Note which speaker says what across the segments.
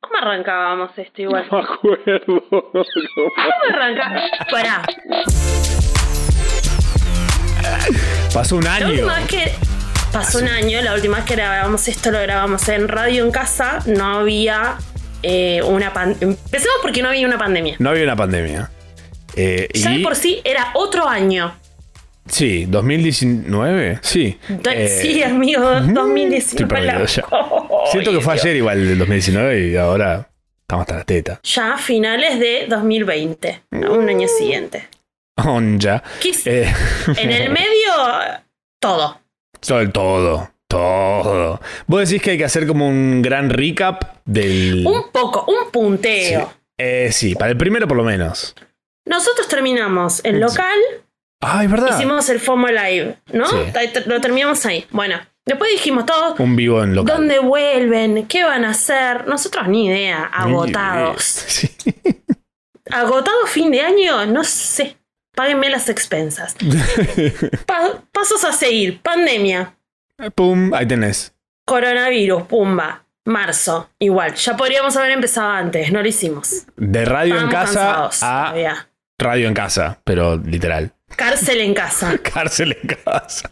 Speaker 1: ¿Cómo arrancábamos esto igual?
Speaker 2: No me acuerdo.
Speaker 1: ¿Cómo arrancábamos? Pará,
Speaker 2: Pasó un
Speaker 1: la
Speaker 2: año.
Speaker 1: última vez que. Pasó un año, la última vez que grabamos esto lo grabamos en radio en casa, no había eh, una pandemia. Empezamos porque no había una pandemia.
Speaker 2: No había una pandemia. Eh,
Speaker 1: Ya de
Speaker 2: y-
Speaker 1: por sí era otro año.
Speaker 2: Sí, 2019. Sí.
Speaker 1: Do-
Speaker 2: Eh,
Speaker 1: sí, amigo,
Speaker 2: estoy
Speaker 1: 2019.
Speaker 2: perdido
Speaker 1: la-
Speaker 2: ya.
Speaker 1: Ay,
Speaker 2: Siento que fue
Speaker 1: Dios.
Speaker 2: ayer igual el 2019 y ahora estamos hasta la teta.
Speaker 1: Ya a finales de 2020, a un año siguiente.
Speaker 2: On ya.
Speaker 1: Quis-
Speaker 2: Eh,
Speaker 1: En el medio, todo.
Speaker 2: todo, todo. Todo. Vos decís que hay que hacer como un gran recap del.
Speaker 1: Un poco, un
Speaker 2: sí.
Speaker 1: punteo.
Speaker 2: Eh, sí, para el primero por lo menos.
Speaker 1: Nosotros terminamos el local,
Speaker 2: Ah, es verdad.
Speaker 1: hicimos el FOMO Live, ¿no?
Speaker 2: Sí.
Speaker 1: Ta- ta- Lo terminamos ahí. Bueno, después dijimos todos,
Speaker 2: Un vivo en local.
Speaker 1: ¿dónde vuelven? ¿Qué van a hacer? Nosotros ni idea,
Speaker 2: Ni
Speaker 1: agotados.
Speaker 2: idea. Sí.
Speaker 1: Agotado fin de año, no sé. Páguenme las expensas. Pa- pasos a seguir, pandemia,
Speaker 2: Pum, ahí tenés.
Speaker 1: coronavirus, pumba. Marzo, igual, ya podríamos haber empezado antes, no lo hicimos.
Speaker 2: De radio en
Speaker 1: Estábamos
Speaker 2: casa ah.
Speaker 1: cansados
Speaker 2: a
Speaker 1: todavía.
Speaker 2: radio en casa, pero literal.
Speaker 1: Cárcel en casa.
Speaker 2: Cárcel en casa.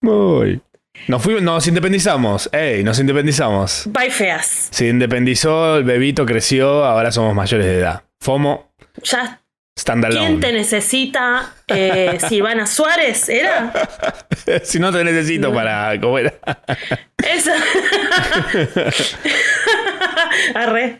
Speaker 2: Muy. Nos fuimos, nos independizamos. Ey, nos independizamos.
Speaker 1: Bye feas.
Speaker 2: Se independizó, el bebito creció, ahora somos mayores de edad. FOMO,
Speaker 1: Ya ¿Quién te
Speaker 2: standalone.
Speaker 1: necesita? Eh, Silvana Suárez, ¿era?
Speaker 2: si no te necesito para comer.
Speaker 1: Esa. Arre.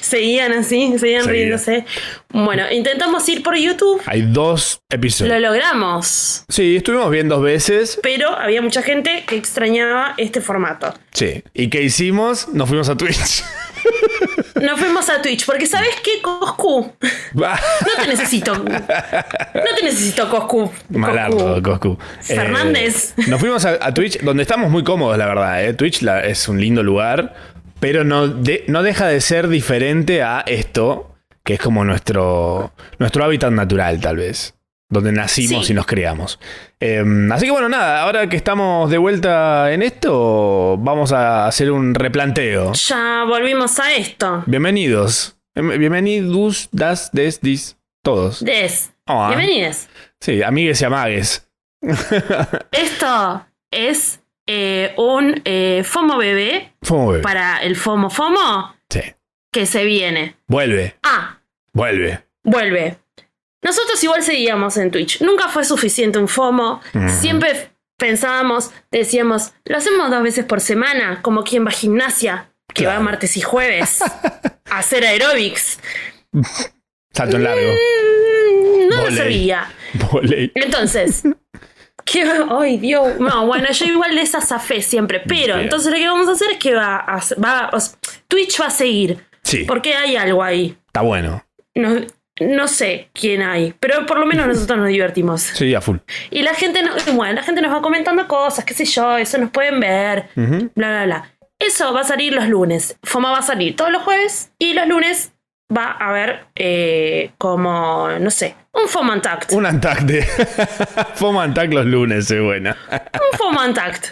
Speaker 1: seguían así, seguían
Speaker 2: Seguía.
Speaker 1: riéndose. Bueno, intentamos ir por YouTube,
Speaker 2: Hay dos
Speaker 1: lo
Speaker 2: episodios.
Speaker 1: logramos.
Speaker 2: Sí, estuvimos bien dos veces.
Speaker 1: Pero había mucha gente que extrañaba este formato.
Speaker 2: Sí. ¿Y qué hicimos? Nos fuimos a Twitch.
Speaker 1: Nos fuimos a Twitch, porque ¿sabes qué, Coscu?
Speaker 2: Va.
Speaker 1: No te necesito. No te necesito, Coscu.
Speaker 2: Malardo,
Speaker 1: Coscu.
Speaker 2: Coscu. Eh,
Speaker 1: Fernández.
Speaker 2: nos fuimos a, a Twitch, donde estamos muy cómodos, la verdad. eh. Twitch la- es un lindo lugar, pero no, de- no deja de ser diferente a esto, que es como nuestro, nuestro hábitat natural, tal vez. Donde nacimos
Speaker 1: Sí.
Speaker 2: y nos criamos. Eh, así que bueno, nada, ahora que estamos de vuelta en esto, vamos a hacer un replanteo.
Speaker 1: Ya volvimos a esto.
Speaker 2: Bienvenidos. Em- Bienvenidos, das, des, dis, todos.
Speaker 1: Des.
Speaker 2: Ah,
Speaker 1: Bienvenidos.
Speaker 2: sí, amigues y amagues.
Speaker 1: Esto es eh, un eh, FOMO bebé
Speaker 2: Fue muy bien.
Speaker 1: para el FOMO FOMO
Speaker 2: Sí.
Speaker 1: que se viene.
Speaker 2: Vuelve,
Speaker 1: Ah,
Speaker 2: vuelve.
Speaker 1: vuelve. Nosotros igual seguíamos en Twitch. Nunca fue suficiente un FOMO.
Speaker 2: Ujú.
Speaker 1: Siempre f- pensábamos, decíamos, lo hacemos dos veces por semana, como quien va a gimnasia, que
Speaker 2: Claro.
Speaker 1: va martes y jueves a hacer aeróbics.
Speaker 2: Salto en largo.
Speaker 1: Mm, No lo
Speaker 2: Volei.
Speaker 1: servía.
Speaker 2: Volei.
Speaker 1: Entonces, ¿qué va? Ay, Dios. No, bueno, yo igual de esa zafé siempre. Pero
Speaker 2: Bien.
Speaker 1: entonces lo que vamos a hacer es que va a. hacer- va a- o sea, Twitch va a seguir.
Speaker 2: Sí,
Speaker 1: Porque hay algo ahí.
Speaker 2: está bueno.
Speaker 1: No, no sé quién hay. Pero por lo menos nosotros nos divertimos.
Speaker 2: Sí, a full.
Speaker 1: Y la gente, no, y bueno, la gente nos va comentando cosas, qué sé yo, eso nos pueden ver.
Speaker 2: Ujú.
Speaker 1: Bla, bla, bla. Eso va a salir los lunes. Foma va a salir todos los jueves y los lunes va a haber eh, como, no sé, un Foma Untact.
Speaker 2: Un Antac de. Foma Antac los lunes, es buena.
Speaker 1: Un Foma Untact.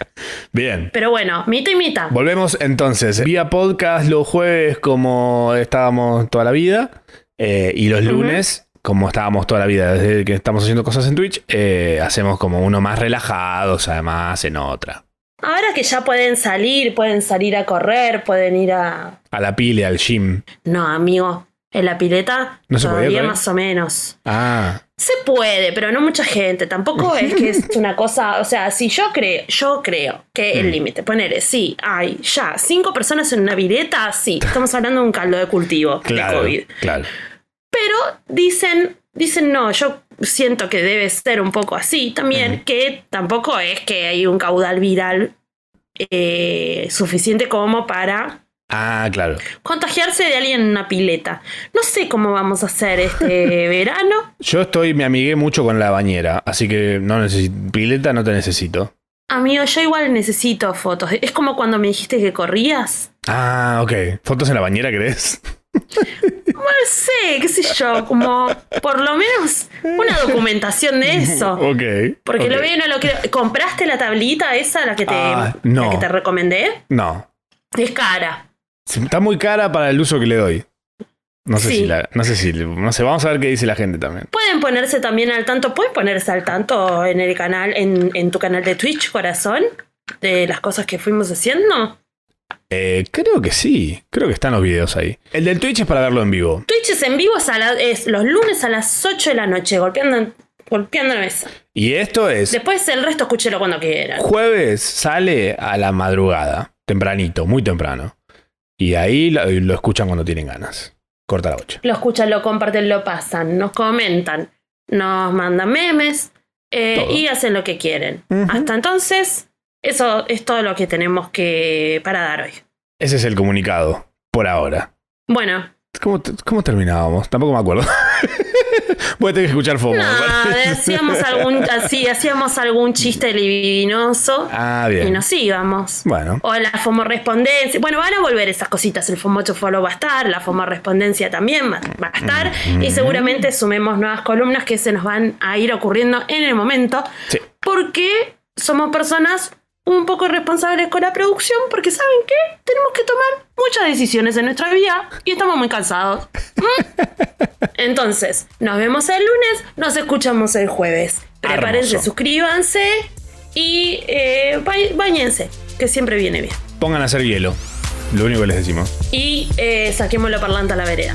Speaker 2: Bien.
Speaker 1: Pero bueno, mitad y mitad.
Speaker 2: Volvemos entonces. Vía podcast los jueves, como estábamos toda la vida. eh, y los lunes, como estábamos toda la vida, desde que estamos haciendo cosas en Twitch, eh, hacemos como uno más relajados, además, en otra.
Speaker 1: Ahora que ya pueden salir, pueden salir a correr, pueden ir a.
Speaker 2: A la pile, al gym.
Speaker 1: No, amigo, en la pileta.
Speaker 2: ¿No se podía
Speaker 1: todavía
Speaker 2: correr?
Speaker 1: más o menos.
Speaker 2: Ah,
Speaker 1: Se puede, pero no mucha gente. Tampoco es que es una cosa. O sea, si yo creo, yo creo que
Speaker 2: Mm.
Speaker 1: el límite, ponele, sí, hay ya cinco personas en una pileta, sí. Estamos hablando de un caldo de cultivo de
Speaker 2: claro.
Speaker 1: COVID.
Speaker 2: Claro.
Speaker 1: Pero dicen, dicen no, yo siento que debe ser un poco así también, que tampoco es que hay un caudal viral eh, suficiente como para
Speaker 2: Ah, claro.
Speaker 1: contagiarse de alguien en una pileta. No sé cómo vamos a hacer este verano.
Speaker 2: Yo estoy, me amigué mucho con la bañera, así que no necesito. Pileta no te necesito.
Speaker 1: Amigo, yo igual necesito fotos. Es como cuando me dijiste que corrías.
Speaker 2: Ah, ok. ¿Fotos en la bañera crees?
Speaker 1: No sé, qué sé yo, como por lo menos una documentación de eso.
Speaker 2: ok.
Speaker 1: Porque
Speaker 2: ok.
Speaker 1: lo veo y no lo creo. ¿Compraste la tablita esa, la que te,
Speaker 2: Ah,
Speaker 1: la
Speaker 2: no.
Speaker 1: que te recomendé?
Speaker 2: No.
Speaker 1: Es cara.
Speaker 2: Está muy cara para el uso que le doy. No sé
Speaker 1: Sí.
Speaker 2: si la, no sé si, no sé, vamos a ver qué dice la gente también.
Speaker 1: Pueden ponerse también al tanto, pueden ponerse al tanto en el canal, en, en tu canal de Twitch, corazón, de las cosas que fuimos haciendo.
Speaker 2: Eh, creo que sí, creo que están los videos ahí. El del Twitch es para verlo en vivo.
Speaker 1: Twitch es en vivo es, a la- es los lunes a las 8 de la noche, golpeando, golpeando la mesa.
Speaker 2: Y esto es
Speaker 1: Después el resto escúchelo cuando quieran.
Speaker 2: Jueves sale a la madrugada, tempranito, muy temprano. Y ahí lo, lo escuchan cuando tienen ganas. Corta la 8.
Speaker 1: Lo escuchan, lo comparten, lo pasan, nos comentan, nos mandan memes eh,
Speaker 2: Todo.
Speaker 1: y hacen lo que quieren.
Speaker 2: Ujú.
Speaker 1: Hasta entonces, eso es todo lo que tenemos que para dar hoy.
Speaker 2: Ese es el comunicado, por ahora.
Speaker 1: Bueno,
Speaker 2: ¿Cómo, te- cómo terminábamos? Tampoco me acuerdo. Voy a tener que escuchar FOMO. me
Speaker 1: nada,
Speaker 2: parece.
Speaker 1: hacíamos algún, así, hacíamos algún chiste libidinoso
Speaker 2: Ah,
Speaker 1: y
Speaker 2: bien.
Speaker 1: nos íbamos.
Speaker 2: Bueno,
Speaker 1: O la fomorrespondencia. Bueno, van a volver esas cositas. El FOMOCHO follow va a estar, la fomorrespondencia también va va a estar.
Speaker 2: Mm,
Speaker 1: Y seguramente sumemos nuevas columnas que se nos van a ir ocurriendo en el momento.
Speaker 2: sí.
Speaker 1: Porque somos personas un poco responsables con la producción. Porque, ¿saben qué? Tenemos que tomar muchas decisiones en nuestra vida y estamos muy cansados. ¿Mm? Entonces, nos vemos el lunes, nos escuchamos el jueves. Prepárense,
Speaker 2: Hermoso.
Speaker 1: suscríbanse y eh, ba- bañense, que siempre viene bien.
Speaker 2: Pongan a hacer hielo. Lo único que les decimos.
Speaker 1: Y eh, saquemos la parlante a la vereda.